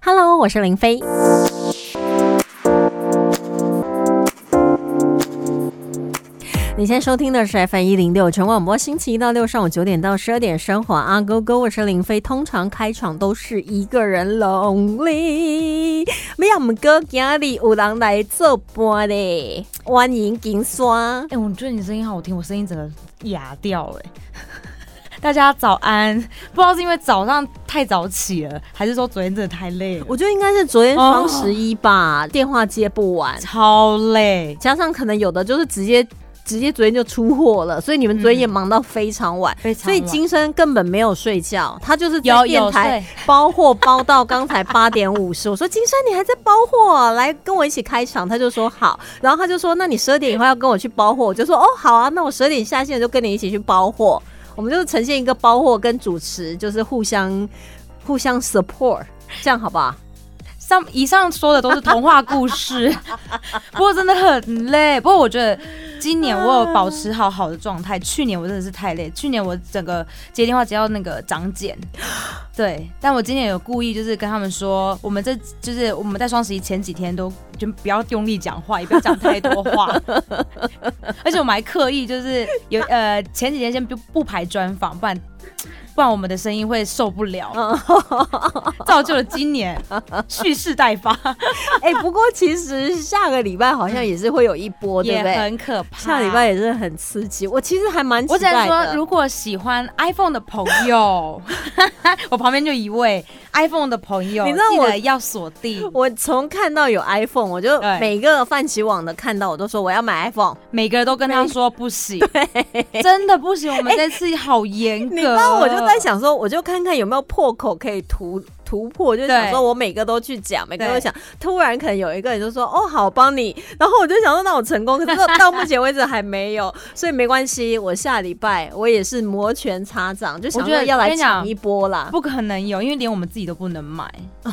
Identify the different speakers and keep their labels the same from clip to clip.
Speaker 1: Hello，我是林飞。你现在收听的是 FM 一零六全国广播，星期一到六上午九点到十二点，生活啊勾勾，我是林飞。通常开场都是一个人 lonely，没有我们哥今日有人来做伴的，欢迎金刷。
Speaker 2: 哎、我觉得你声音好好听，我声音整个哑掉哎、 大家早安，不知道是因为早上太早起了，还是说昨天真的太累了，
Speaker 1: 我觉得应该是昨天双十一吧，电话接不完，
Speaker 2: 超累。
Speaker 1: 加上可能有的就是直接直接昨天就出货了，所以你们昨天也忙到非常晚，
Speaker 2: 嗯非常
Speaker 1: 所以
Speaker 2: 晚
Speaker 1: 金生根本没有睡觉，他就是在
Speaker 2: 有
Speaker 1: 电
Speaker 2: 有
Speaker 1: 台
Speaker 2: 睡，
Speaker 1: 包货包到刚才八点五十。我说金生你还在包货、啊，来跟我一起开场，他就说好，然后他就说那你十二点以后要跟我去包货，我就说哦好啊，那我十二点下线就跟你一起去包货。我们就是呈现一个包货跟主持就是互相互相 support，这样好不好？
Speaker 2: 上以上说的都是童话故事， 不过真的很累。不过我觉得今年我有保持好好的状态，去年我真的是太累。去年我整个接电话接到那个长茧，对。但我今年有故意就是跟他们说，我们这就是我们在双十一前几天都就不要用力讲话，也不要讲太多话。 而且我们还刻意就是有呃前几天先不不排专访，不然。不然我们的声音会受不了，造就了今年蓄势待发，
Speaker 1: 哎、不过其实下个礼拜好像也是会有一波，对
Speaker 2: 也
Speaker 1: 不对？
Speaker 2: 很可怕。
Speaker 1: 下礼拜，也是很刺激，我其实还蛮期
Speaker 2: 啊我只能
Speaker 1: 待
Speaker 2: 说，
Speaker 1: 的。
Speaker 2: 如果喜欢 iPhone 的朋友， 我旁边就一位 iPhone 的朋友，
Speaker 1: 你知道
Speaker 2: 记
Speaker 1: 我
Speaker 2: 得要锁定
Speaker 1: 我从看到有 iPhone，我就
Speaker 2: 对
Speaker 1: 每个泛起网的看到，我都说我要买 iPhone。
Speaker 2: 每个人都跟他说 不行，真的不行。我们这次好严格，
Speaker 1: 哎你知道，我就在，想说，我就看看有没有破口可以突突破，就想说我每个都去讲，每个都讲。突然可能有一个人就说：“哦，好，我帮你。”然后我就想说，那我成功，可是到到目前为止还没有， 所以没关系。我下礼拜我也是摩拳擦掌，就想
Speaker 2: 我觉
Speaker 1: 说
Speaker 2: 得
Speaker 1: 要
Speaker 2: 我
Speaker 1: 来
Speaker 2: 跟你讲
Speaker 1: 抢一波啦。
Speaker 2: 不可能有，因为连我们自己都不能买。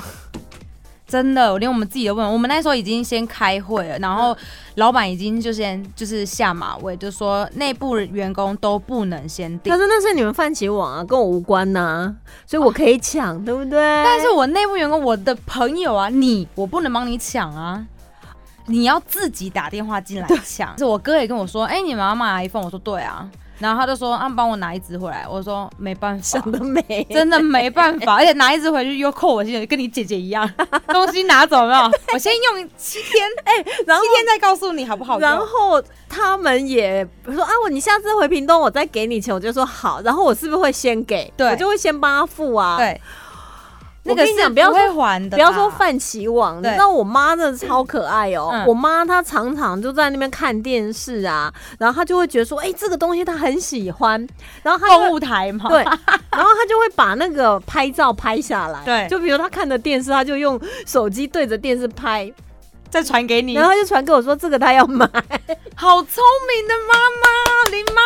Speaker 2: 真的，连我们自己都不能。我们那时候已经先开会了，然
Speaker 1: 嗯
Speaker 2: 后老板已经就先就是下马威，就说内部员工都不能先订
Speaker 1: 可。是那是你们泛起网啊，跟我无关呐、所以我可以抢，对不对？
Speaker 2: 但是我内部员工，我的朋友啊，你我不能帮你抢啊，你要自己打电话进来抢。是我哥也跟我说，哎、你们要买 iPhone，我说对啊，然后他就说，啊，帮我拿一只回来，我说没办法。
Speaker 1: 想得美，啊
Speaker 2: 真的没 办法，而且拿一只回去又扣我薪水，跟你姐姐一样， 东西拿走有没有？我先用七天， 哎、
Speaker 1: 然后
Speaker 2: 七天再告诉你好 不好用？
Speaker 1: 然后他们也说啊，我你下次回屏东，我再给你钱。我就说好，然后我是不是会先给？
Speaker 2: 对
Speaker 1: 我就会先帮他付啊。，
Speaker 2: 对，
Speaker 1: 我
Speaker 2: 那
Speaker 1: 跟
Speaker 2: 个
Speaker 1: 你讲
Speaker 2: 是
Speaker 1: 不要说
Speaker 2: 会还的吧，
Speaker 1: 不要说泛起网，你
Speaker 2: 对
Speaker 1: 知道我妈真的超可爱哦、
Speaker 2: 嗯
Speaker 1: 我妈她常常就在那边看电视啊，然后她就会觉得说，哎、这个东西她很喜欢，然后她就
Speaker 2: 购
Speaker 1: 会
Speaker 2: 物台嘛，
Speaker 1: 对，然后他就会把那个拍照拍下来。
Speaker 2: 对
Speaker 1: 就比如他看的电视，他就用手机对着电视拍，
Speaker 2: 再传给你
Speaker 1: 然。后他就传给我说这个他要买。
Speaker 2: 好聪明的妈妈，林妈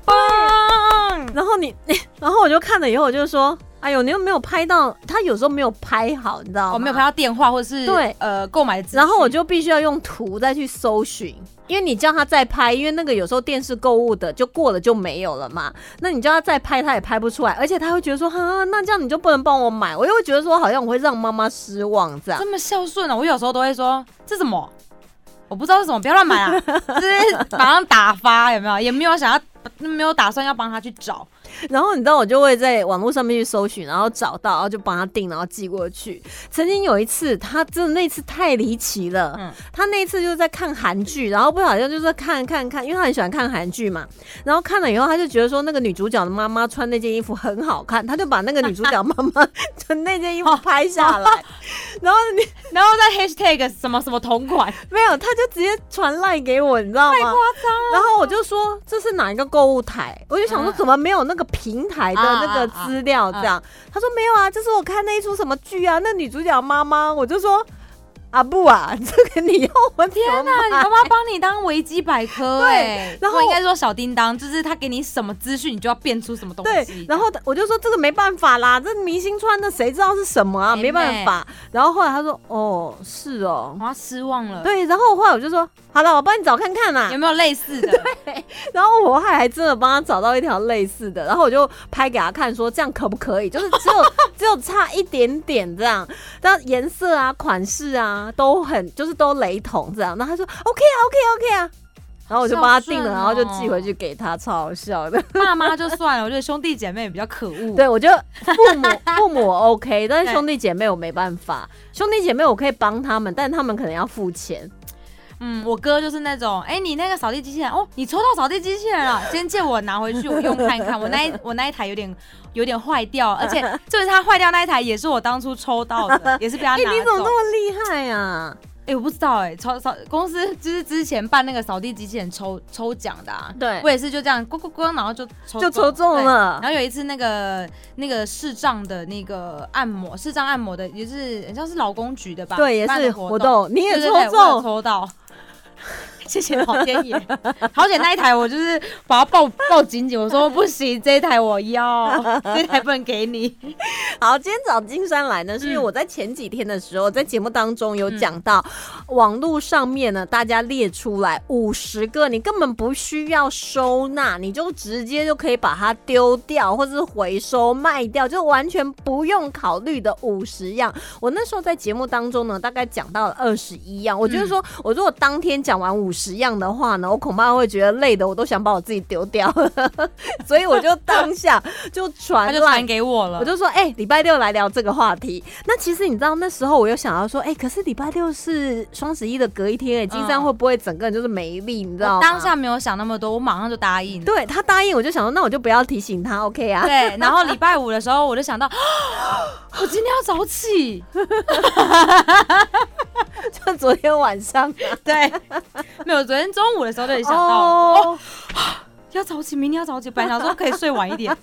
Speaker 2: 妈你好棒！
Speaker 1: 然后 你，然后我就看了以后，我就说，哎呦，你又没有拍到，他有时候没有拍好，你知道吗？
Speaker 2: 我哦没有拍。到电话或是
Speaker 1: 对
Speaker 2: 呃购买的资讯，
Speaker 1: 然后我就必须要用图再去搜寻，因为你叫他再拍，因为那个有时候电视购物的就过了就没有了嘛。那你叫他再拍，他也拍不出来，而且他会觉得说，哈，那这样你就不能帮我买，我又会觉得说好像我会让妈妈失望这样。
Speaker 2: 这么孝顺啊！我有时候都会说这什么，我不知道是什么，不要乱买 啊！就是马上打发有没有？也没有想要，没有打算要帮他去找。
Speaker 1: 然后你知道我就会在网络上面去搜寻，然后找到，然后就帮他订，然后寄过去。曾经有一次，他真的那次太离奇了，
Speaker 2: 嗯
Speaker 1: 他那次就是在看韩剧，然后不小心就是看看看，因为他很喜欢看韩剧嘛，然后看了以后他就觉得说那个女主角的妈妈穿那件衣服很好看，他就把那个女主角妈妈 的那件衣服拍下来，然后你
Speaker 2: 然后再 hashtag 什么什么同 款，
Speaker 1: 没有，他就直接传赖给我，你知道吗？然后我就说这是哪一个购物台？我就想说
Speaker 2: 嗯
Speaker 1: 怎么没有那个平台的
Speaker 2: 啊
Speaker 1: 那个资
Speaker 2: 嗯
Speaker 1: 料这样？他说没有啊，这是我看那一出什么剧啊，那女主角妈妈，我就说。阿布啊，这个你要我天
Speaker 2: 那你妈妈帮你当维基百科、哎，
Speaker 1: 然后
Speaker 2: 或应该说小叮当，就是他给你什么资讯，你就要变出什么东
Speaker 1: 对
Speaker 2: 西，。
Speaker 1: 然后我就说这个没办法啦，这明星穿的谁知道是什么啊，
Speaker 2: 哎
Speaker 1: 没办法。然后后来他说哦是哦，
Speaker 2: 我要失望了。
Speaker 1: 对，然后后来我就说好了，我帮你找看看啦
Speaker 2: 有。没有类似的？
Speaker 1: 然后我还还真的帮他找到一条类似的，然后我就拍给他看，说这样可不可以？就是只有 只有差一点点这样，但颜色啊、款式啊都很就是都雷同这样。然后他说 OK 啊，OK 啊，OK 啊。然后我就帮他定了，
Speaker 2: 好
Speaker 1: 然
Speaker 2: 孝
Speaker 1: 后
Speaker 2: 哦
Speaker 1: 就
Speaker 2: 顺哦
Speaker 1: 寄回去给他，超好笑 的。
Speaker 2: 爸妈就算了，我觉得兄弟姐妹比较可恶。
Speaker 1: 对，我觉得父母父母我 OK，但是
Speaker 2: 对
Speaker 1: 兄弟姐妹我没办法。兄弟姐妹我可以帮他们，但他们可能要付钱。
Speaker 2: 嗯，我哥就是那种，哎、你那个扫地机器人，哦，你抽到扫地机器 人了，先借我拿回去，我用看看。我那一我那一台有点有点坏掉，而且就是它坏掉那一台也是我当初抽到 的，也是被他
Speaker 1: 哎、
Speaker 2: 拿走。
Speaker 1: 你怎么那么厉害啊？
Speaker 2: 哎、我不知道哎、抽扫公司就是之前办那个扫地机器人抽抽奖的、啊，
Speaker 1: 对
Speaker 2: 我也是就这样咣咣咣，然后就抽
Speaker 1: 就抽中了
Speaker 2: 对然后有一次那个那个视障的那个按摩，视障按摩的也是好像是劳工局的吧，
Speaker 1: 对，也
Speaker 2: 办
Speaker 1: 是
Speaker 2: 的
Speaker 1: 活
Speaker 2: 动，
Speaker 1: 动，你也
Speaker 2: 对
Speaker 1: 抽
Speaker 2: 对对我有
Speaker 1: 中，
Speaker 2: 抽到。谢谢老天爷，好险那一台我就是把它抱抱紧紧，我说不行，这一台我要，这一台不能给你。
Speaker 1: 好，今天找金山来呢，是因为
Speaker 2: 嗯
Speaker 1: 我在前几天的时候，在节目当中有讲到，网络上面呢，大家列出来五十个，你根本不需要收纳，你就直接就可以把它丢掉，或者是回收卖掉，就完全不用考虑的五十样。我那时候在节目当中呢，大概讲到了二十一样。我
Speaker 2: 嗯
Speaker 1: 就是说，我如果当天讲完五十样的话呢，我恐怕会觉得累的，我都想把我自己丢掉了， 所以我就当下就
Speaker 2: 他
Speaker 1: 传
Speaker 2: 就
Speaker 1: 来
Speaker 2: 传给我了，
Speaker 1: 我就说，哎、礼拜六来聊这个话题。那其实你知道，那时候我又想要说，哎、可是礼拜六是双十一的隔一天、哎，金山
Speaker 2: 嗯
Speaker 1: 会不会整个人就是没力？你知道
Speaker 2: 我
Speaker 1: 吗？
Speaker 2: 当下没有想那么多，我马上就答应。
Speaker 1: 对他答应，我就想说，那我就不要提醒他，OK 啊？
Speaker 2: 对，然后礼拜五的时候，我就想到， 我今天要 早起。
Speaker 1: 就昨天晚上
Speaker 2: 对，没有，昨天中午的时候就已经想到、
Speaker 1: 哦，
Speaker 2: 要早起，明天要早起，本来想说可以睡晚一 点，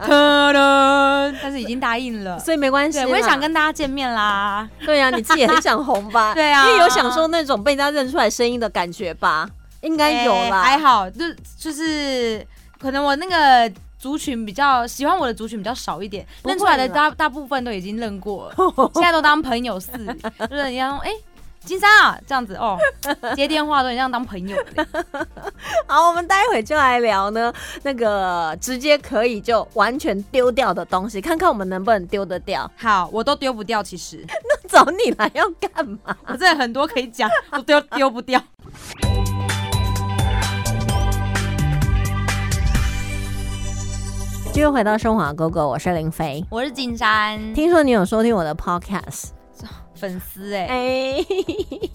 Speaker 2: 噔噔但是已经答应了。
Speaker 1: 所以没关系啦。
Speaker 2: 对，我也想跟大家见面啦。
Speaker 1: 对啊，你自己也很想红吧？
Speaker 2: 对啊
Speaker 1: 你也有享受那种被人家认出来声音的感觉吧？应该有啦。
Speaker 2: 哎还好，就就是可能我那个。族群比较喜欢我的族群比较少一点，
Speaker 1: 不会
Speaker 2: 认出来的
Speaker 1: 啦
Speaker 2: 大大部分都已经认过了，现在都当朋友似的，就是人家说哎、金山啊这样子 哦，接电话都很像当朋友的，
Speaker 1: 好，我们待会就来聊呢，那个直接可以就完全丢掉的东西，看看我们能不能丢得掉。
Speaker 2: 好，我都丢不掉，其实
Speaker 1: 找你来要干嘛？
Speaker 2: 我真的很多可 以讲，我丢丢不掉。
Speaker 1: 继续回到生活狗狗，我是林飞。
Speaker 2: 我是金山
Speaker 1: 听说你有收听我的 podcast，
Speaker 2: 粉丝哎、
Speaker 1: 哎，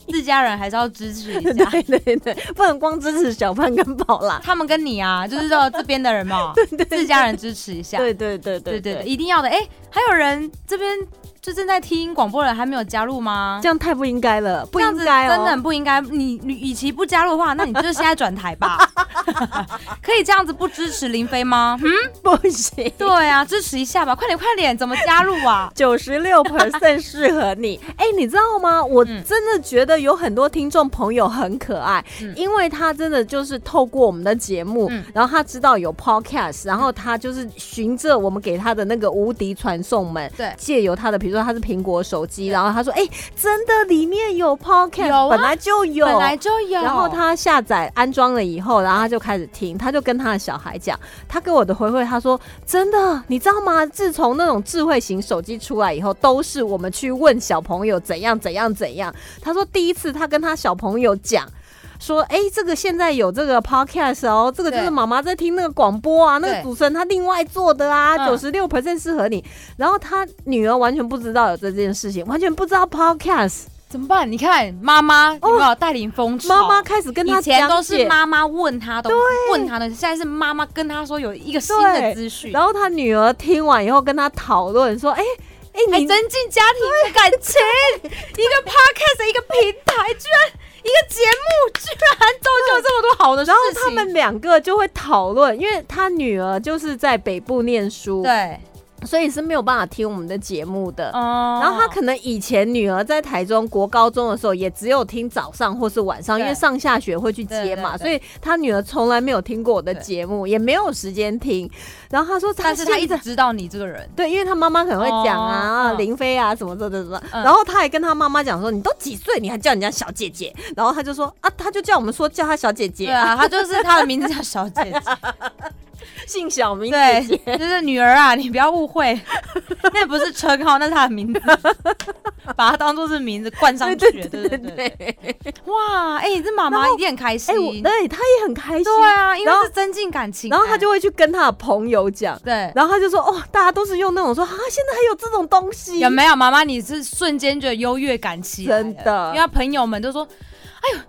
Speaker 2: 自家人还是要支持一 下，
Speaker 1: 对对对，不能光支持小胖跟宝啦。
Speaker 2: 他们跟你啊，就是说这边的 人嘛，自家人支持一下，
Speaker 1: 对对对对
Speaker 2: 对对对，，一定要的。哎、还有人这边就正在听广播的人还没有加入吗？
Speaker 1: 这样太不应该了，不
Speaker 2: 这样
Speaker 1: 应
Speaker 2: 子
Speaker 1: 该
Speaker 2: 真的
Speaker 1: 哦。
Speaker 2: 很不应该。你你与其不加入的话，那你就现在转台 吧。可以这样子不支持林飞吗？嗯，
Speaker 1: 不行。
Speaker 2: 对啊，支持一下吧，快点快点，怎么加入啊？
Speaker 1: 九十六 percent 适合 你。哎、你知道吗？我
Speaker 2: 嗯
Speaker 1: 真的觉得有很多听众朋友很可爱，
Speaker 2: 嗯
Speaker 1: 因为他真的就是透过我们的节目，
Speaker 2: 嗯
Speaker 1: 然后他知道有 podcast，然后他就是循着我们给他的那个无敌传送门，
Speaker 2: 对
Speaker 1: 借由他的，比如说他是苹果手机，然后他说：“哎、真的里面有 podcast，、
Speaker 2: 有啊
Speaker 1: 本来就有。”
Speaker 2: 本来就有，
Speaker 1: 然后他下载安装了以后，然后他就开始听，他就跟他的小孩讲，他给我的回馈，他说：“真的，你知道吗？自从那种智慧型手机出来以后，都是我们去问小朋友怎样怎样怎样。”他说第一次他跟他小朋友讲。说，哎、这个现在有这个 podcast 哦，这个就是
Speaker 2: 对
Speaker 1: 妈妈在听那个广播啊，那个
Speaker 2: 对
Speaker 1: 主持人他另外做的啊，九
Speaker 2: 嗯
Speaker 1: 十六 percent 适合你。然后他女儿完全不知道有这件事情，完全不知道 podcast。
Speaker 2: 怎么办？你看妈妈有没有带领风潮？
Speaker 1: 哦妈妈开始跟他
Speaker 2: 以前都
Speaker 1: 讲解
Speaker 2: 是妈妈问他的，问他的，现在是妈妈跟他说有一个新
Speaker 1: 对
Speaker 2: 的资讯，
Speaker 1: 然后他女儿听完以后跟他讨论说：“哎、哎、
Speaker 2: 还
Speaker 1: 你
Speaker 2: 增进家庭的感情。一个 podcast，一个平台，居然一个节目，居然造就这么多好的事
Speaker 1: 然后
Speaker 2: 情。
Speaker 1: 他们两个就会讨论，因为他女儿就是在北部念书，
Speaker 2: 对
Speaker 1: 所以是没有办法听我们的节目的。
Speaker 2: 哦
Speaker 1: 然后他可能以前女儿在台中国高中的时候，也只有听早上或是晚上，因
Speaker 2: 对
Speaker 1: 为上下学会去接嘛，
Speaker 2: 对对对
Speaker 1: 所以他女儿从来没有听过我的
Speaker 2: 对
Speaker 1: 节目，也没有时间听。然后他说，
Speaker 2: 但是他
Speaker 1: 现
Speaker 2: 一直
Speaker 1: 在
Speaker 2: 知道你这个人，
Speaker 1: 对，因为他妈妈可能会讲啊，啊
Speaker 2: 哦
Speaker 1: 林飞啊什么的什么的，
Speaker 2: 嗯
Speaker 1: 然后他还跟他妈妈讲说，你都几岁，你还叫人家小姐姐？然后他就说啊，他就叫我们说叫她小姐姐，
Speaker 2: 对啊，他就是他的名字叫小 姐姐，
Speaker 1: 姓小名姐姐。
Speaker 2: 啊对，就是女儿啊，你不要误 会，那不是称号，那是他的名字， 把他当做是名字冠上去，对对对对
Speaker 1: 对，
Speaker 2: 哇，哎，你这妈妈一定很开心
Speaker 1: 哎，，我对他也很开心，
Speaker 2: 对啊，因为
Speaker 1: 然后
Speaker 2: 是增进感情，哎
Speaker 1: 然后他就会去跟他的朋友讲，
Speaker 2: 对。
Speaker 1: 然后他就说：“哦，大家都是用那种说啊，现在还有这种东西，
Speaker 2: 有没有妈妈？你是瞬间觉得优越感起来了
Speaker 1: 真的
Speaker 2: 因为他朋友们都说：“哎呦，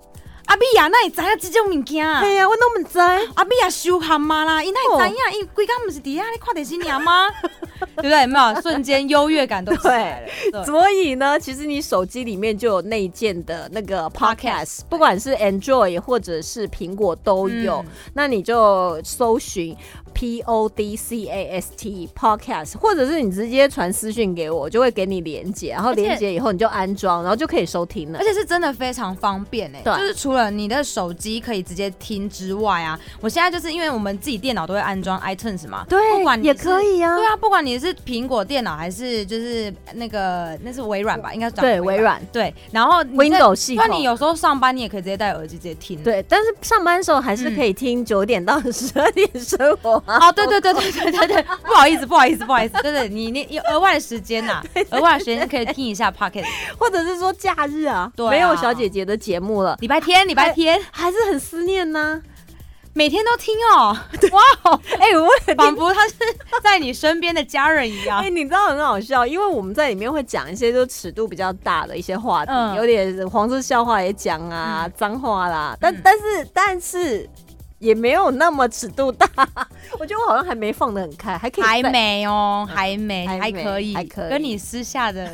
Speaker 2: 阿碧呀，那你知影这种物件啊
Speaker 1: 哎？呀，我那么在，
Speaker 2: 阿碧呀，收蛤嘛
Speaker 1: 哦
Speaker 2: 啦，伊那你知影？伊规工不是底下咧看电视娘吗？ 对不对？有没有瞬间优 越感都起来了？对
Speaker 1: 所以呢，其实你手机里面就有内建的那个 Podcast，
Speaker 2: Podcast，
Speaker 1: 不管是 Android 或者是苹果都
Speaker 2: 嗯
Speaker 1: 有，那你就搜寻 P O D C A S T Podcast，或者是你直接传私讯给我，我就会给你连接，然后
Speaker 2: 而且
Speaker 1: 连接以后你就安装，然后就可以收听了
Speaker 2: 而。且是真的非常方便哎、
Speaker 1: 对
Speaker 2: 就是除了你的手机可以直接听之外啊，我现在就是因为我们自己电脑都会安装 iTunes 嘛，不管
Speaker 1: 对，
Speaker 2: 你
Speaker 1: 也
Speaker 2: 是
Speaker 1: 可以啊
Speaker 2: 对。啊，不管你是苹果电脑还是就是那个那是微软吧，嗯应该是讲
Speaker 1: 对，微软
Speaker 2: 对，然后你在
Speaker 1: Windows 系
Speaker 2: 那
Speaker 1: 统。
Speaker 2: 你有时候上班，你也可以直接戴耳机直接听。
Speaker 1: 对，但是上班的时候还
Speaker 2: 嗯
Speaker 1: 是可以听九点到十二点生活啊。
Speaker 2: 哦，对对对对对对对，不好意思不好意思不好意思，对对，你你有额外的时间呐，额外的时间可以听一下 Pocket。
Speaker 1: 或者是说假日啊，
Speaker 2: 对啊
Speaker 1: 没有小姐姐的节目了，
Speaker 2: 礼拜天礼拜天
Speaker 1: 还是很思念呐、
Speaker 2: 每天都听哦，哇哦，
Speaker 1: 哎、我也
Speaker 2: 仿佛他是在你身边的家人一
Speaker 1: 哎、
Speaker 2: 样。
Speaker 1: 你知道很好笑，因为我们在里面会讲一些就尺度比较大的一些话题，
Speaker 2: 嗯
Speaker 1: 有点黄色笑话也讲啊，脏、话啦，但、
Speaker 2: 嗯
Speaker 1: 但是但是也没有那么尺度大， 我觉得我好像还没放得很开，还可以
Speaker 2: 还
Speaker 1: 再
Speaker 2: 没哦，还没，
Speaker 1: 还
Speaker 2: 还
Speaker 1: 没
Speaker 2: 可以
Speaker 1: 还可以，
Speaker 2: 跟你私下的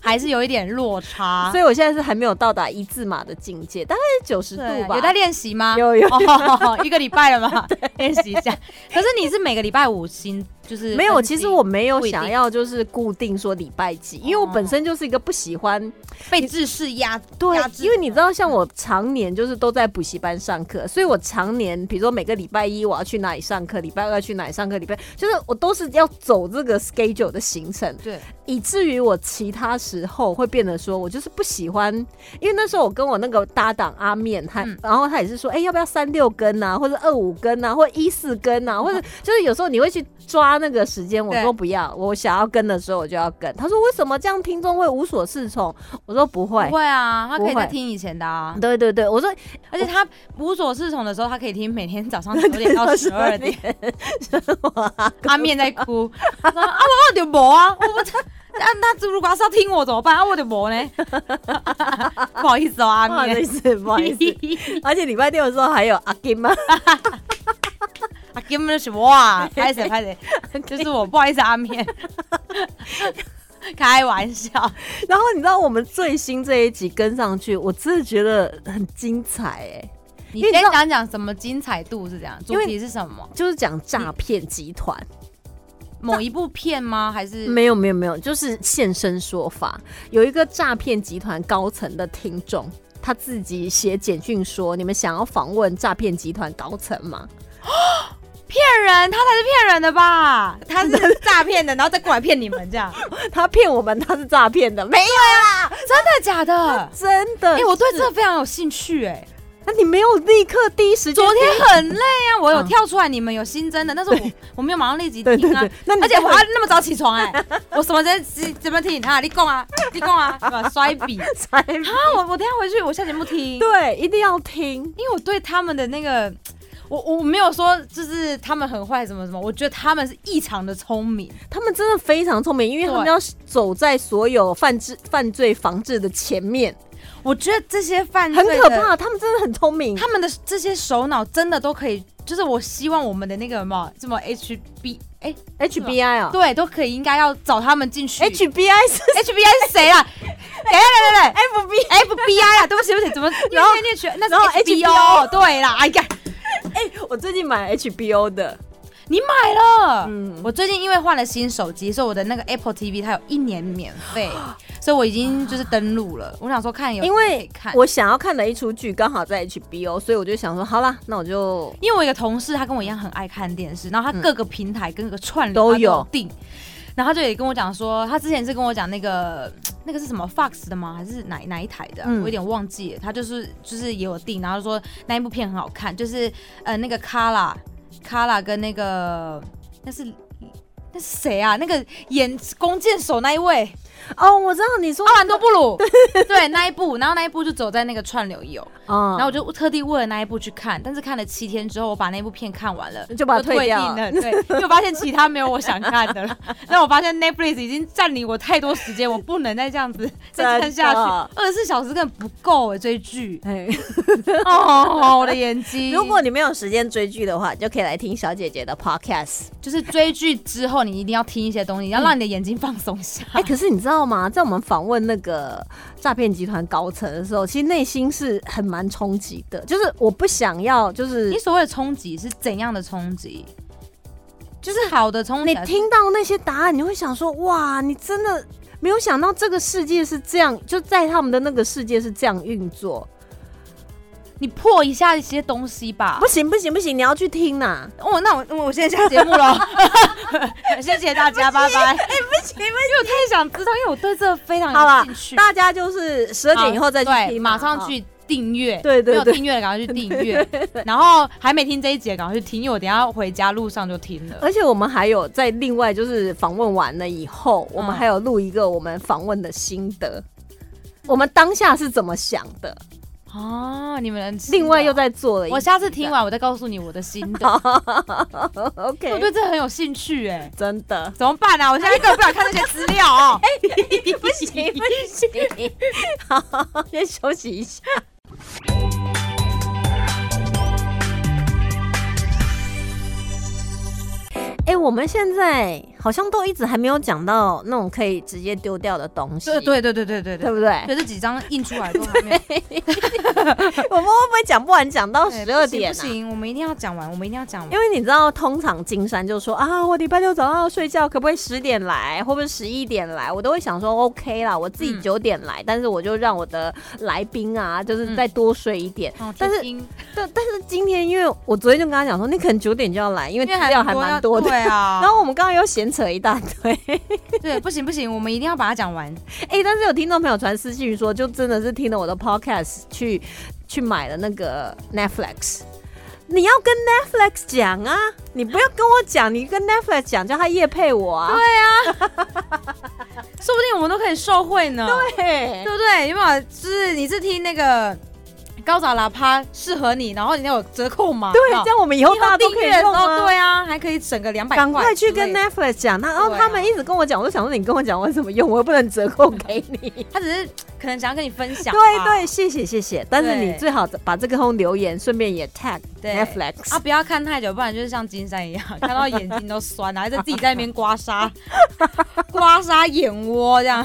Speaker 2: 还是有一点落差
Speaker 1: 所。以我现在是还没有到达一字马的境界，大概九十度
Speaker 2: 对啊
Speaker 1: 吧。
Speaker 2: 有在练习吗？
Speaker 1: 有有
Speaker 2: 哦， 一个礼拜了 嘛，练习一下。可是你是每个礼拜五新，就是
Speaker 1: 没有，
Speaker 2: 更
Speaker 1: 其实
Speaker 2: 新
Speaker 1: 我没有
Speaker 2: 不一定哦
Speaker 1: 想要就是固定说礼拜几，因为我本身就是一个不喜欢
Speaker 2: 被制式压
Speaker 1: 对
Speaker 2: 压，制嗯
Speaker 1: 因为你知道，像我常年就是都在补习班上课，所以我常年比如说每个礼拜一我要去哪里上课，礼拜二要去哪里上课，礼拜就是我都是要走这个 schedule 的行程，
Speaker 2: 对，
Speaker 1: 以至于我其他时候会变得说我就是不喜欢，因为那时候我跟我那个搭档阿面，他、
Speaker 2: 嗯
Speaker 1: 然后他也是说，哎、要不要三六根啊，或者二五根啊，或者一四根啊，或者就是有时候你会去抓那个时间，我
Speaker 2: 嗯对
Speaker 1: 说不要，我想要跟的时候我就要跟。他说为什么这样听众会无所适从？我说不会
Speaker 2: 不。会啊，他可以
Speaker 1: 不会
Speaker 2: 再听以前的啊，
Speaker 1: 对对对，我说
Speaker 2: 而且他无所适从的时候，他可以听每天早 上九点到十二点，阿面在哭，他说啊我我就无啊，我我那那如果他是要听我怎么办啊？我就无呢， 不好意思哦，阿
Speaker 1: 不好
Speaker 2: 面
Speaker 1: 意，思， 不好意思。 而且礼拜六的时候还有阿金吗？
Speaker 2: 阿根本就是我啊，拍 谁拍谁，就是我，不好意思，啊阿面，开玩笑，
Speaker 1: 然后你知道我们最新这一集跟上去，我真的觉得很精彩哎、
Speaker 2: 你
Speaker 1: 因为你
Speaker 2: 先
Speaker 1: 知道
Speaker 2: 讲讲什么精彩度是这样，主
Speaker 1: 因为
Speaker 2: 题是什么？
Speaker 1: 就是讲诈骗集团。
Speaker 2: 某一部片吗？还是
Speaker 1: 没有没有没有，就是现身说法。有一个诈骗集团高层的听众，他自己写简讯说：“你们想要访问诈骗集团高层吗
Speaker 2: 骗人？他才是骗人的吧？他是诈骗的，然后再过来骗你们这样，真？”
Speaker 1: 他骗我们，他是诈骗的，没有
Speaker 2: 的假的？
Speaker 1: 真的。
Speaker 2: 哎、我对这非常有兴趣哎、
Speaker 1: 那你没有立刻第一时间
Speaker 2: 昨天很累啊，我有
Speaker 1: 嗯
Speaker 2: 跳出来，你们有新增的，但是我我没有马上立即听
Speaker 1: 对
Speaker 2: 啊。
Speaker 1: 对对，那你
Speaker 2: 而且我
Speaker 1: 我
Speaker 2: 还那么早起床哎、 我什么时间怎么听啊？你讲啊， 你讲啊，是吧摔 笔啊！
Speaker 1: 才
Speaker 2: 我我等一下回去我下节目听，
Speaker 1: 对，一定要听。
Speaker 2: 因为我对他们的那个，我我没有说就是他们很坏什么什么，我觉得他们是异常的聪明，
Speaker 1: 他们真的非常聪明，因为他们
Speaker 2: 对
Speaker 1: 要走在所有犯治犯罪防治的前面，
Speaker 2: 我觉得这些犯罪
Speaker 1: 很
Speaker 2: 嗯的
Speaker 1: 可怕。他们真的很聪明。
Speaker 2: 他们的这些首脑真的都可以，就是我希望我们的那个什么什么 HB 哎、
Speaker 1: HBI 啊
Speaker 2: 对，都可以应该要找他们进去。
Speaker 1: ，HBI 是
Speaker 2: HBI 是谁啊啦？等一下，等等
Speaker 1: FBI。
Speaker 2: 等，FBI 啊啦，对不起，对不起，怎么念
Speaker 1: 后
Speaker 2: 念念学那
Speaker 1: 然后
Speaker 2: 是 HBO 对啦，哎呀，
Speaker 1: 我最近买 HBO 的，
Speaker 2: 你买了。
Speaker 1: 嗯
Speaker 2: 我最近因为换了新手机，所以我的那个 Apple TV 它有一年免费，所以我已经就是登录了。我想说看有
Speaker 1: 因
Speaker 2: 可以
Speaker 1: 为
Speaker 2: 看，
Speaker 1: 我想要看的一出剧刚好在 HBO，所以我就想说，好啦，那我就
Speaker 2: 因为我有一个同事，他跟我一样很爱看电视，然后他各个平台跟各个串流
Speaker 1: 嗯都
Speaker 2: 他
Speaker 1: 有
Speaker 2: 订，然后他就也跟我讲说，他之前是跟我讲那个那个是什么 Fox 的吗？还是哪哪一台的啊、
Speaker 1: 嗯
Speaker 2: 我有点忘记了。他就是就是也有订，然后说那一部片很好看，就是呃那个 Kala Kala 跟那个那是。那是谁啊？那个演弓箭手那一 位，
Speaker 1: 哦，我知道你说
Speaker 2: 奥兰多布鲁，对那一部，然后那一部就走在那个串流有，
Speaker 1: 嗯
Speaker 2: 然后我就特地为了那一部去看，但是看了七天之后，我把那部片看完了。
Speaker 1: 就把它
Speaker 2: 就退
Speaker 1: 退
Speaker 2: 订
Speaker 1: 掉
Speaker 2: 了，对，因为我发现其他没有我想看的了。那我发现 Netflix 已经占领我太多时间，我不能再这 样子再看下去
Speaker 1: 真的，
Speaker 2: 二十四小时根本不够哎、追 剧
Speaker 1: 哎，
Speaker 2: 哦，我的眼睛。
Speaker 1: 如果你没有时间追剧的话，你就可以来听小姐姐的 podcast。
Speaker 2: 就是追剧之后，你一定要听一些东西，要让你的眼睛放松一下。
Speaker 1: 哎、可是你知道吗？在我们访问那个诈骗集团高层的时候，其实内心是很蛮冲击的，就是我不想要，就是
Speaker 2: 你所谓的冲击是怎样的冲击？就是好的冲击
Speaker 1: 你
Speaker 2: 还是，
Speaker 1: 听到那些答案，你会想说：哇，你真的没有想到这个世界是这样，就在他们的那个世界是这样运作。
Speaker 2: 你破一下一些东西吧
Speaker 1: 不。行不行不行，你要去听呐、
Speaker 2: 哦，那我我现在下节目了， 谢谢大家，拜拜。哎、不行，因为我太想知道，因为我对这个非常
Speaker 1: 好啦
Speaker 2: 有兴趣。
Speaker 1: 大家就是十二点以后再去
Speaker 2: 好啊对
Speaker 1: 听嘛，
Speaker 2: 马上
Speaker 1: 哦。
Speaker 2: 去订阅。
Speaker 1: 对对
Speaker 2: 没有
Speaker 1: 对
Speaker 2: 订阅的赶快去订阅，然后还没听这一节赶快去听，因为我等一下回家路上就听了。
Speaker 1: 而且我们还有在另外就是访问完了以后，
Speaker 2: 嗯
Speaker 1: 我们还有录一个我们访问的心得。我们当下是怎么想的？
Speaker 2: 哦，你们知道
Speaker 1: 另外又在做了一
Speaker 2: 我下次听完我再告诉你我的心 得，因为我
Speaker 1: OK，
Speaker 2: 对这很有兴趣哎、
Speaker 1: 真的
Speaker 2: 怎么办啊？我现在根本不想看那些资料哦。
Speaker 1: 不行不行，好，先休息一 下。哎、我们现在好像都一直还没有讲到那种可以直接丢掉的东西，
Speaker 2: 对对对对对对
Speaker 1: 对
Speaker 2: 对，
Speaker 1: 不对？
Speaker 2: 对这几张印出来都还没有。
Speaker 1: 我们会不会讲不完，讲到
Speaker 2: 对
Speaker 1: 十二点、啊
Speaker 2: 哎不行，不行我们一定要讲完，我们一定要讲完。
Speaker 1: 因为你知道，通常金山就说啊，我礼拜六早上要睡觉，可不可以十点来，会不会十一点来？我都会想说 OK 啦，我自己
Speaker 2: 嗯
Speaker 1: 九点来，但是我就让我的来宾啊，就是
Speaker 2: 嗯
Speaker 1: 再多睡一点。
Speaker 2: 哦
Speaker 1: 但是
Speaker 2: 贴心
Speaker 1: 但、但是今天，因为我昨天就跟他讲说，你可能九点就要来，因为
Speaker 2: 因
Speaker 1: 资
Speaker 2: 为还
Speaker 1: 料还蛮
Speaker 2: 要
Speaker 1: 多的。
Speaker 2: 对啊，
Speaker 1: 然后我们刚刚又闲扯一大堆，
Speaker 2: 对，不行不行，我们一定要把它讲完。
Speaker 1: 哎、但是有听众朋友传私信说，就真的是听了我的 podcast 去去买了那个 Netflix。你要跟 Netflix 讲啊，你不要跟我讲，你跟 Netflix 讲，叫他夜配我啊。
Speaker 2: 说不定我们都可以受惠呢，对
Speaker 1: 对，
Speaker 2: 不对？有没有？就是你是听那个高早喇叭适合你，然后你有折扣码，
Speaker 1: 对，
Speaker 2: 有没有
Speaker 1: 这样我们以后
Speaker 2: 你以
Speaker 1: 大家
Speaker 2: 后
Speaker 1: 都
Speaker 2: 订
Speaker 1: 可以
Speaker 2: 阅的时
Speaker 1: 用
Speaker 2: 候，
Speaker 1: 啊。
Speaker 2: 对啊，还可以省个两百，
Speaker 1: 赶快去跟 Netflix 讲，他哦，
Speaker 2: 对啊
Speaker 1: 他们一直跟我讲，我就想说你跟我讲，我有什么用？我又不能折 扣给你。
Speaker 2: 他只是可能想要跟你分享吧，
Speaker 1: 对对，谢谢谢谢，但是
Speaker 2: 对
Speaker 1: 你最好把这个后留言，顺便也 tag
Speaker 2: 对
Speaker 1: Netflix
Speaker 2: 啊，。不要看太久，不然就是像金山一样，看到眼睛都酸了，还在自己在那边刮痧， 刮痧眼窝这
Speaker 1: 嗯
Speaker 2: 样。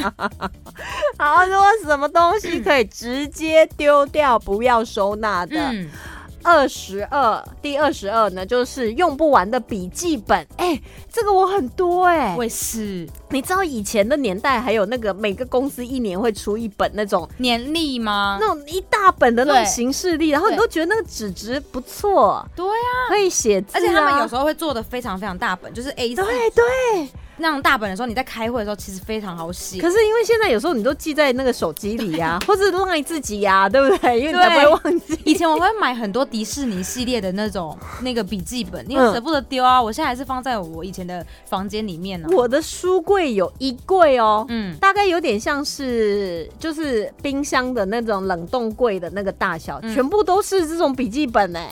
Speaker 1: 好，如果什么东西可以直接丢掉，不要收纳的，
Speaker 2: 嗯，
Speaker 1: 二十二，第二十二呢，就是用不完的笔记本。哎、这个我很多哎、
Speaker 2: 我也是
Speaker 1: 你知道以前的年代还有那个每个公司一年会出一本那种
Speaker 2: 年历吗？
Speaker 1: 那种一大本的那种
Speaker 2: 对
Speaker 1: 形式力，然后你
Speaker 2: 嗯对
Speaker 1: 都觉得那个纸质不错，
Speaker 2: 对啊，
Speaker 1: 可以写字、啊，
Speaker 2: 而且他们有时候会做的非常非常大本，就是 A 四
Speaker 1: 对对，
Speaker 2: 那种大本的时候，你在开会的时候其实非常好写。
Speaker 1: 可是因为现在有时候你都记在那个手机里呀、或者赖自己呀、对不对？因为你才不会
Speaker 2: 对
Speaker 1: 忘记。
Speaker 2: 以前我会买很多迪士尼系列的那种那个笔记
Speaker 1: 嗯
Speaker 2: 本，因为舍不得丢啊。我现在还是放在我以前的房间里面呢、
Speaker 1: 我的书柜有衣柜哦，
Speaker 2: 嗯，
Speaker 1: 大概有点像是就是冰箱的那种冷冻柜的那个大小，
Speaker 2: 嗯
Speaker 1: 全部都是这种笔记本哎、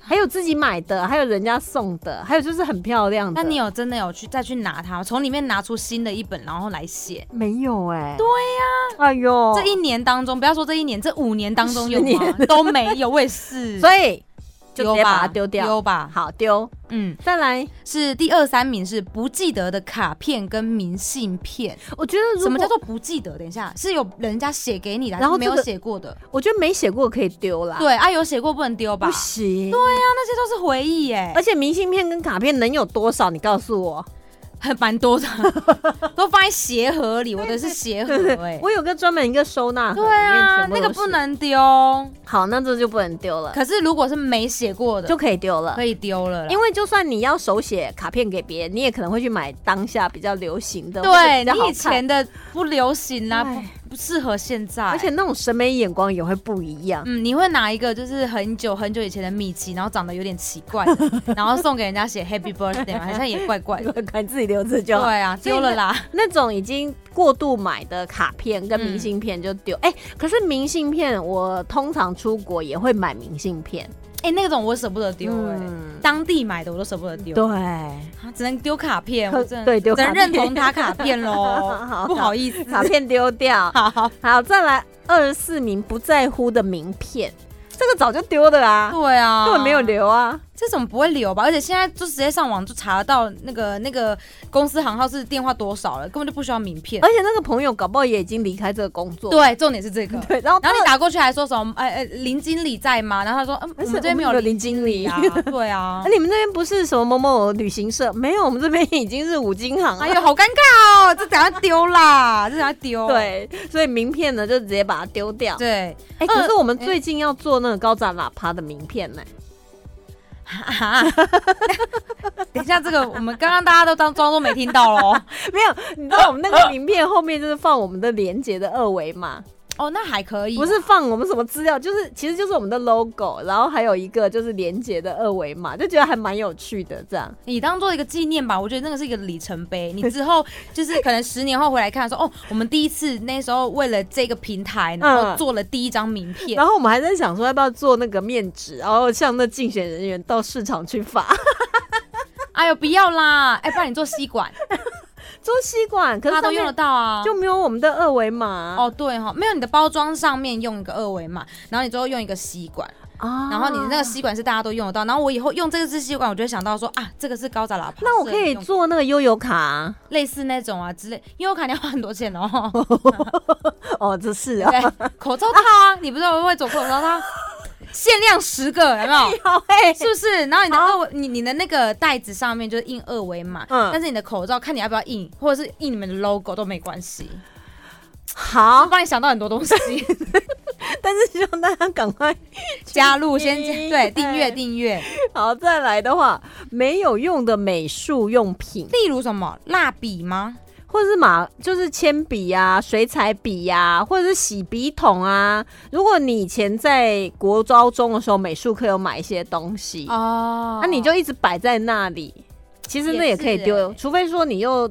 Speaker 1: 还有自己买的，还有人家送的，还有就是很漂亮的。
Speaker 2: 那你有真的有去再去拿它，从里面拿出新的一本，然后来写？
Speaker 1: 没有哎、对呀、哎呦，
Speaker 2: 这一年当中，不要说这一年，这五年当中 有
Speaker 1: 十
Speaker 2: 吗？都没有，我也是。
Speaker 1: 所以就直接把它丢掉
Speaker 2: 丢吧。
Speaker 1: 好丢，
Speaker 2: 嗯，
Speaker 1: 再来，
Speaker 2: 是第二三名是不记得的卡片跟明信片。
Speaker 1: 我觉得如果
Speaker 2: 什么叫做不记得？等一下，是有人家写给你的，还是
Speaker 1: 然后
Speaker 2: 没
Speaker 1: 这个
Speaker 2: 有写过的。
Speaker 1: 我觉得没写过可以丢啦，
Speaker 2: 对啊，有写过不能丢吧？
Speaker 1: 不
Speaker 2: 对啊，
Speaker 1: 行。
Speaker 2: 那些都是回忆哎、
Speaker 1: 而且明信片跟卡片能有多少？你告诉我。哎
Speaker 2: 很 蛮多的， 都放在鞋盒里。我的是鞋盒哎、
Speaker 1: 我有个专门一个收纳盒，
Speaker 2: 对啊，
Speaker 1: 里面全部
Speaker 2: 那
Speaker 1: 都
Speaker 2: 个
Speaker 1: 是
Speaker 2: 不。能丢。
Speaker 1: 好，那这就不能丢了，
Speaker 2: 可是如果是没写过的，
Speaker 1: 就可以丢了
Speaker 2: 可。以丢了啦。
Speaker 1: 因为就算你要手写卡片给别人，你也可能会去买当下比较流行的，或者比
Speaker 2: 对
Speaker 1: 较好
Speaker 2: 你
Speaker 1: 看
Speaker 2: 以前的不流行啦、
Speaker 1: 对
Speaker 2: 不不适合现在。
Speaker 1: 而且那种审美眼光也会不一样。
Speaker 2: 嗯，你会拿一个就是很久很久以前的米奇，然后长得有点奇怪 的，然后送给人家写 Happy Birthday 嘛，好像也怪怪的。
Speaker 1: 看自己留着就好。
Speaker 2: 对啊，
Speaker 1: 所以
Speaker 2: 丢了啦。
Speaker 1: 那种已经过度买的卡片跟明信片就丢。哎、可是明信片我通常出国也会买明信片，
Speaker 2: 哎、那种我舍不得丢哎、
Speaker 1: 嗯
Speaker 2: 当地买的我都舍不得丢，
Speaker 1: 对，
Speaker 2: 啊只能丢卡片。我真的
Speaker 1: 对丢
Speaker 2: 只
Speaker 1: 卡
Speaker 2: 能
Speaker 1: 片
Speaker 2: 认同他卡片喽
Speaker 1: 好，
Speaker 2: 不好意思。
Speaker 1: 卡片丢 掉。
Speaker 2: 好，
Speaker 1: 好，再来二十四名不在乎的名片，这个早就丢的啦，
Speaker 2: 对啊，
Speaker 1: 根本没有留啊。
Speaker 2: 这种不会留吧？而且现在就直接上网就查得到那个那个公司行号是电话多少了，根本就不需要名片。
Speaker 1: 而且那个朋友搞不好也已经离开这个工作，
Speaker 2: 对，重点是这 个。
Speaker 1: 对，然后
Speaker 2: 然后你打过去还说什么？哎、呃，林经理在吗？然后他说，嗯，我
Speaker 1: 而且
Speaker 2: 们这边没有
Speaker 1: 哎我们没有
Speaker 2: 林
Speaker 1: 林经理
Speaker 2: 啊。对 啊
Speaker 1: 啊、，你们那边不是什么某某旅行社？没有，我们这边已经是五金行了。
Speaker 2: 哎呦，好尴尬哦，这等下丢啦，这等下 丢。
Speaker 1: 对，所以名片呢就直接把它丢掉。
Speaker 2: 对，
Speaker 1: 哎、可是
Speaker 2: 呃
Speaker 1: 我们最近要做那个高展喇叭的名片呢、
Speaker 2: 啊， 等一下这个我们刚刚大家都当装作没听 到喽。
Speaker 1: 没有，你知
Speaker 2: 呃
Speaker 1: 道我们那个名片后面就是放我们的连接的二维码，
Speaker 2: 哦，那还可以，
Speaker 1: 不是放我们什么资料，就是其实就是我们的 logo，然后还有一个就是连接的二维码，就觉得还蛮有趣的这样。
Speaker 2: 你当做一个纪念吧，我觉得那个是一个里程碑。你之后就是可能十年后回来看说，哦，我们第一次那时候为了这个平台，然后做了第一张名片。
Speaker 1: 嗯然后我们还在想说要不要做那个面纸，然后向那竞选人员到市场去发
Speaker 2: 哎呦，不要啦！哎，不然你做吸管，
Speaker 1: 做吸管，可
Speaker 2: 大
Speaker 1: 是
Speaker 2: 家
Speaker 1: 上
Speaker 2: 都用得
Speaker 1: 面
Speaker 2: 到啊。
Speaker 1: 就没有我们的二维码
Speaker 2: 哦，对哈、没有你的包装上面用一个二维码，然后你最后用一个吸管，
Speaker 1: 啊
Speaker 2: 然后你那个吸管是大家都用得到，然后我以后用这支吸管，我就会想到说啊，这个是高杂喇叭，
Speaker 1: 那我可以
Speaker 2: 用
Speaker 1: 做那个悠游卡 啊、
Speaker 2: 类似那种啊之类，因为我看你要花很多钱哦。
Speaker 1: 哦，这是啊，
Speaker 2: 对，口罩套啊，你不是会做口罩套？限量十个，有没有？
Speaker 1: 好哎、
Speaker 2: 是不是？然后你的二维，你你的那个袋子上面就是印二维码，
Speaker 1: 嗯
Speaker 2: 但是你的口罩看你要不要印，或者是印你们的 logo 都没关系。我
Speaker 1: 好，
Speaker 2: 帮你想到很多东西，
Speaker 1: 但是希望大家赶快
Speaker 2: 加入先
Speaker 1: 订
Speaker 2: 对订阅
Speaker 1: 哎
Speaker 2: 订阅，
Speaker 1: 好。再来的话，没有用的美术用品，
Speaker 2: 例如什么蜡笔吗？
Speaker 1: 或者是马，就是铅笔啊、水彩笔呀、或者是洗笔筒啊。如果你以前在国高中的时候，美术课有买一些东西，那、
Speaker 2: 哦
Speaker 1: 你就一直摆在那里，其实那
Speaker 2: 也
Speaker 1: 也可以
Speaker 2: 是
Speaker 1: 丢，
Speaker 2: 欸
Speaker 1: 除非说你又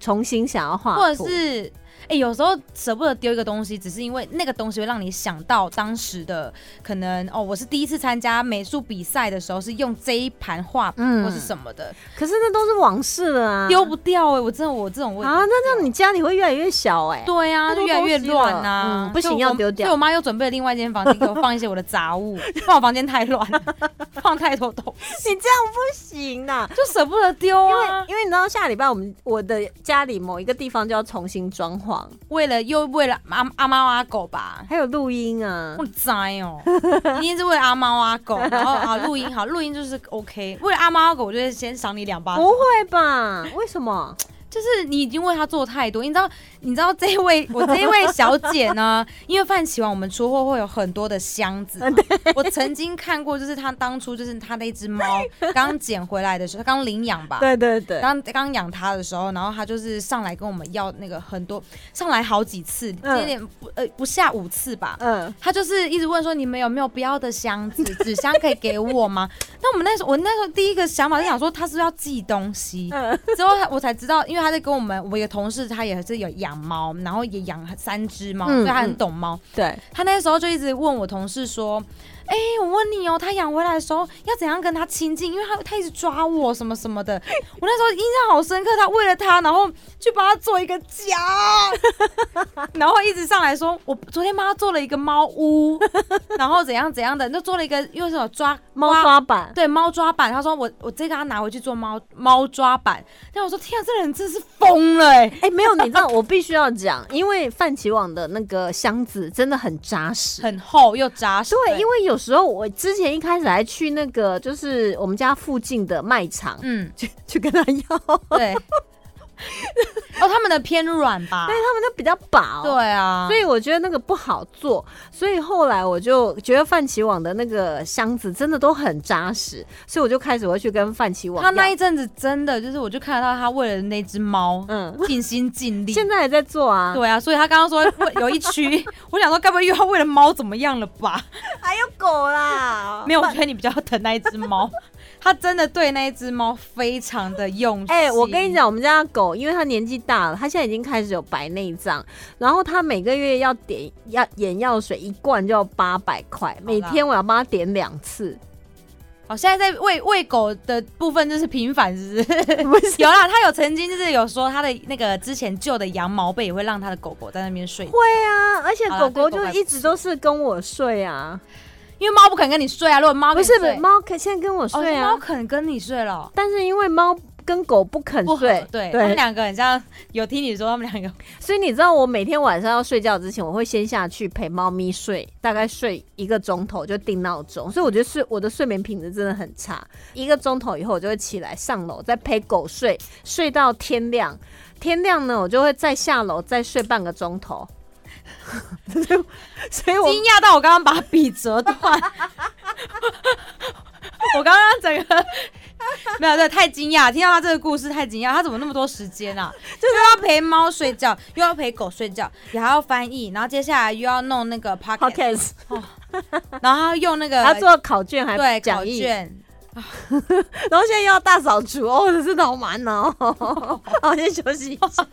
Speaker 1: 重新想要画图，
Speaker 2: 或者是。哎、有时候舍不得丢一个东西，只是因为那个东西会让你想到当时的可能哦，我是第一次参加美术比赛的时候是用这一盘画笔
Speaker 1: 嗯
Speaker 2: 或是什么的，
Speaker 1: 可是那都是往事了啊，
Speaker 2: 丢、不掉哎、我真的我这种问题，
Speaker 1: 啊，那这样你家里会越来越小哎、
Speaker 2: 对啊，
Speaker 1: 太
Speaker 2: 就
Speaker 1: 多
Speaker 2: 越来越
Speaker 1: 东西
Speaker 2: 乱
Speaker 1: 了
Speaker 2: 呐、
Speaker 1: 嗯不
Speaker 2: 所以
Speaker 1: 行要
Speaker 2: 我
Speaker 1: 丢掉
Speaker 2: 所以我妈又准备了另外一间房间给我放一些我的杂物， 不然我房间太乱了，放太多东西，
Speaker 1: 你这样不行呐、
Speaker 2: 就舍不得丢
Speaker 1: 因为
Speaker 2: 啊。
Speaker 1: 因为你知道下礼拜我们我的家里某一个地方就要重新装潢，
Speaker 2: 为了又为了阿阿猫阿狗吧，
Speaker 1: 还有录音啊
Speaker 2: 我。栽哦，一定是为了阿猫阿狗，然后啊录音好，录音就是 OK。为了阿猫阿狗，我就会先赏你两巴掌
Speaker 1: 不。会吧？为什 么？
Speaker 2: 就是你已经为他做太多，你知道，你知道这一位我这一位小姐呢，因为饭期完我们出货会有很多的箱
Speaker 1: 啊
Speaker 2: 子嘛，我曾经看过，就是她当初就是她那只猫刚捡回来的时候，刚领养吧。
Speaker 1: 对对对，
Speaker 2: 刚刚养它的时候，然后它就是上来跟我们要那个很多，上来好几次，
Speaker 1: 嗯
Speaker 2: 有点不呃不下五次吧。
Speaker 1: 嗯，
Speaker 2: 他就是一直问说你们有没有不要的箱 子，纸箱可以给我吗？
Speaker 1: 嗯呃
Speaker 2: 那我们那时候，我那时候第一个想法就想说他是不是要寄东西，之后我才知道，因为他在跟我们，我有同事他也是有养猫，然后也养三只猫，
Speaker 1: 嗯
Speaker 2: 所以他很
Speaker 1: 嗯
Speaker 2: 懂猫。
Speaker 1: 对，
Speaker 2: 他那时候就一直问我同事说：“哎、我问你哦，他养回来的时候要怎样跟他亲近？因为他他一直抓我什么什么的。我那时候印象好深刻，他为了他，然后去帮他做一个家， 然后一直上来说，我昨天帮他做了一个猫屋， 然后怎样怎样的，就做了一个用什么抓
Speaker 1: 猫
Speaker 2: 抓
Speaker 1: 抓板，
Speaker 2: 对猫抓板，他说我我这个要拿回去做猫猫抓板，但我说天啊，这人真是疯了哎、
Speaker 1: 哎、没有，你知道，我必须要讲，因为泛起网的那个箱子真的很扎实。
Speaker 2: 很厚又扎实。
Speaker 1: 对，因为有时候我之前一开始还去那个，就是我们家附近的卖场、
Speaker 2: 嗯，
Speaker 1: 去去跟他要，
Speaker 2: 对。哦，他们的偏软吧？
Speaker 1: 他们都比较薄。
Speaker 2: 对啊，
Speaker 1: 所
Speaker 2: 以
Speaker 1: 以我觉得那个不好做，所以后来我就觉得泛起网的那个箱子真的都很扎实，所以我就开始会去跟泛起网
Speaker 2: 他那
Speaker 1: 要
Speaker 2: 一阵子真的就是，我就看得到他为了那只猫
Speaker 1: 嗯，
Speaker 2: 尽心尽力。
Speaker 1: 现在还在做啊，
Speaker 2: 对啊，所以他刚刚说有 一区，我想说该不会又要为了猫怎么样了吧？
Speaker 1: 还有狗啦，
Speaker 2: 没有，我觉得你比较疼那一只猫， 他真的对那一只猫非常的用心。
Speaker 1: 哎、我跟你，讲，我们家的狗，因为它年纪大了，它现在已经开始有白内障，然后它每个月要点要眼药水一罐就要八百块，每天我要帮它点两 次，
Speaker 2: 哦，现在在喂喂狗的部分就是频繁，是不是？
Speaker 1: 不是
Speaker 2: 有啦，他有曾经就是有说他的那个之前旧的羊毛被也会让他的狗狗在那 边睡，
Speaker 1: 对啊，而且
Speaker 2: 好啦
Speaker 1: 狗狗
Speaker 2: 对
Speaker 1: 就
Speaker 2: 狗还不
Speaker 1: 一直都是跟我睡啊，
Speaker 2: 因为猫不肯跟你睡啊。如果猫
Speaker 1: 不
Speaker 2: 跟你
Speaker 1: 是不
Speaker 2: 睡
Speaker 1: 是猫可现在跟我
Speaker 2: 哦，
Speaker 1: 睡啊，
Speaker 2: 猫肯跟你睡了，
Speaker 1: 但是因为猫跟狗不肯
Speaker 2: 不合
Speaker 1: 睡，
Speaker 2: 对，他们两个很像有听你说他们两个，
Speaker 1: 所以你知道我每天晚上要睡觉之前，我会先下去陪猫咪睡，大概睡一个钟头就定闹钟，所以我觉得睡我的睡眠品质真的很差。一个钟头以后，我就会起来上楼再陪狗睡，睡到天亮。天亮呢，我就会再下楼再睡半个钟 头。所 以我
Speaker 2: 惊讶到我刚刚把笔折断， 我刚刚整个。没有对，太惊讶！听到他这个故事太惊讶，他怎么那么多时间啊？就是要陪猫睡觉，又要陪狗睡觉，也还要翻译，然后接下来又要弄那个 pocket，
Speaker 1: podcast
Speaker 2: 然后还要用那个
Speaker 1: 还要做考卷还
Speaker 2: 对
Speaker 1: 讲
Speaker 2: 考
Speaker 1: 义，
Speaker 2: 卷，
Speaker 1: 然后现在又要大扫除，哦，真是好烦哦。好，我先休息一下。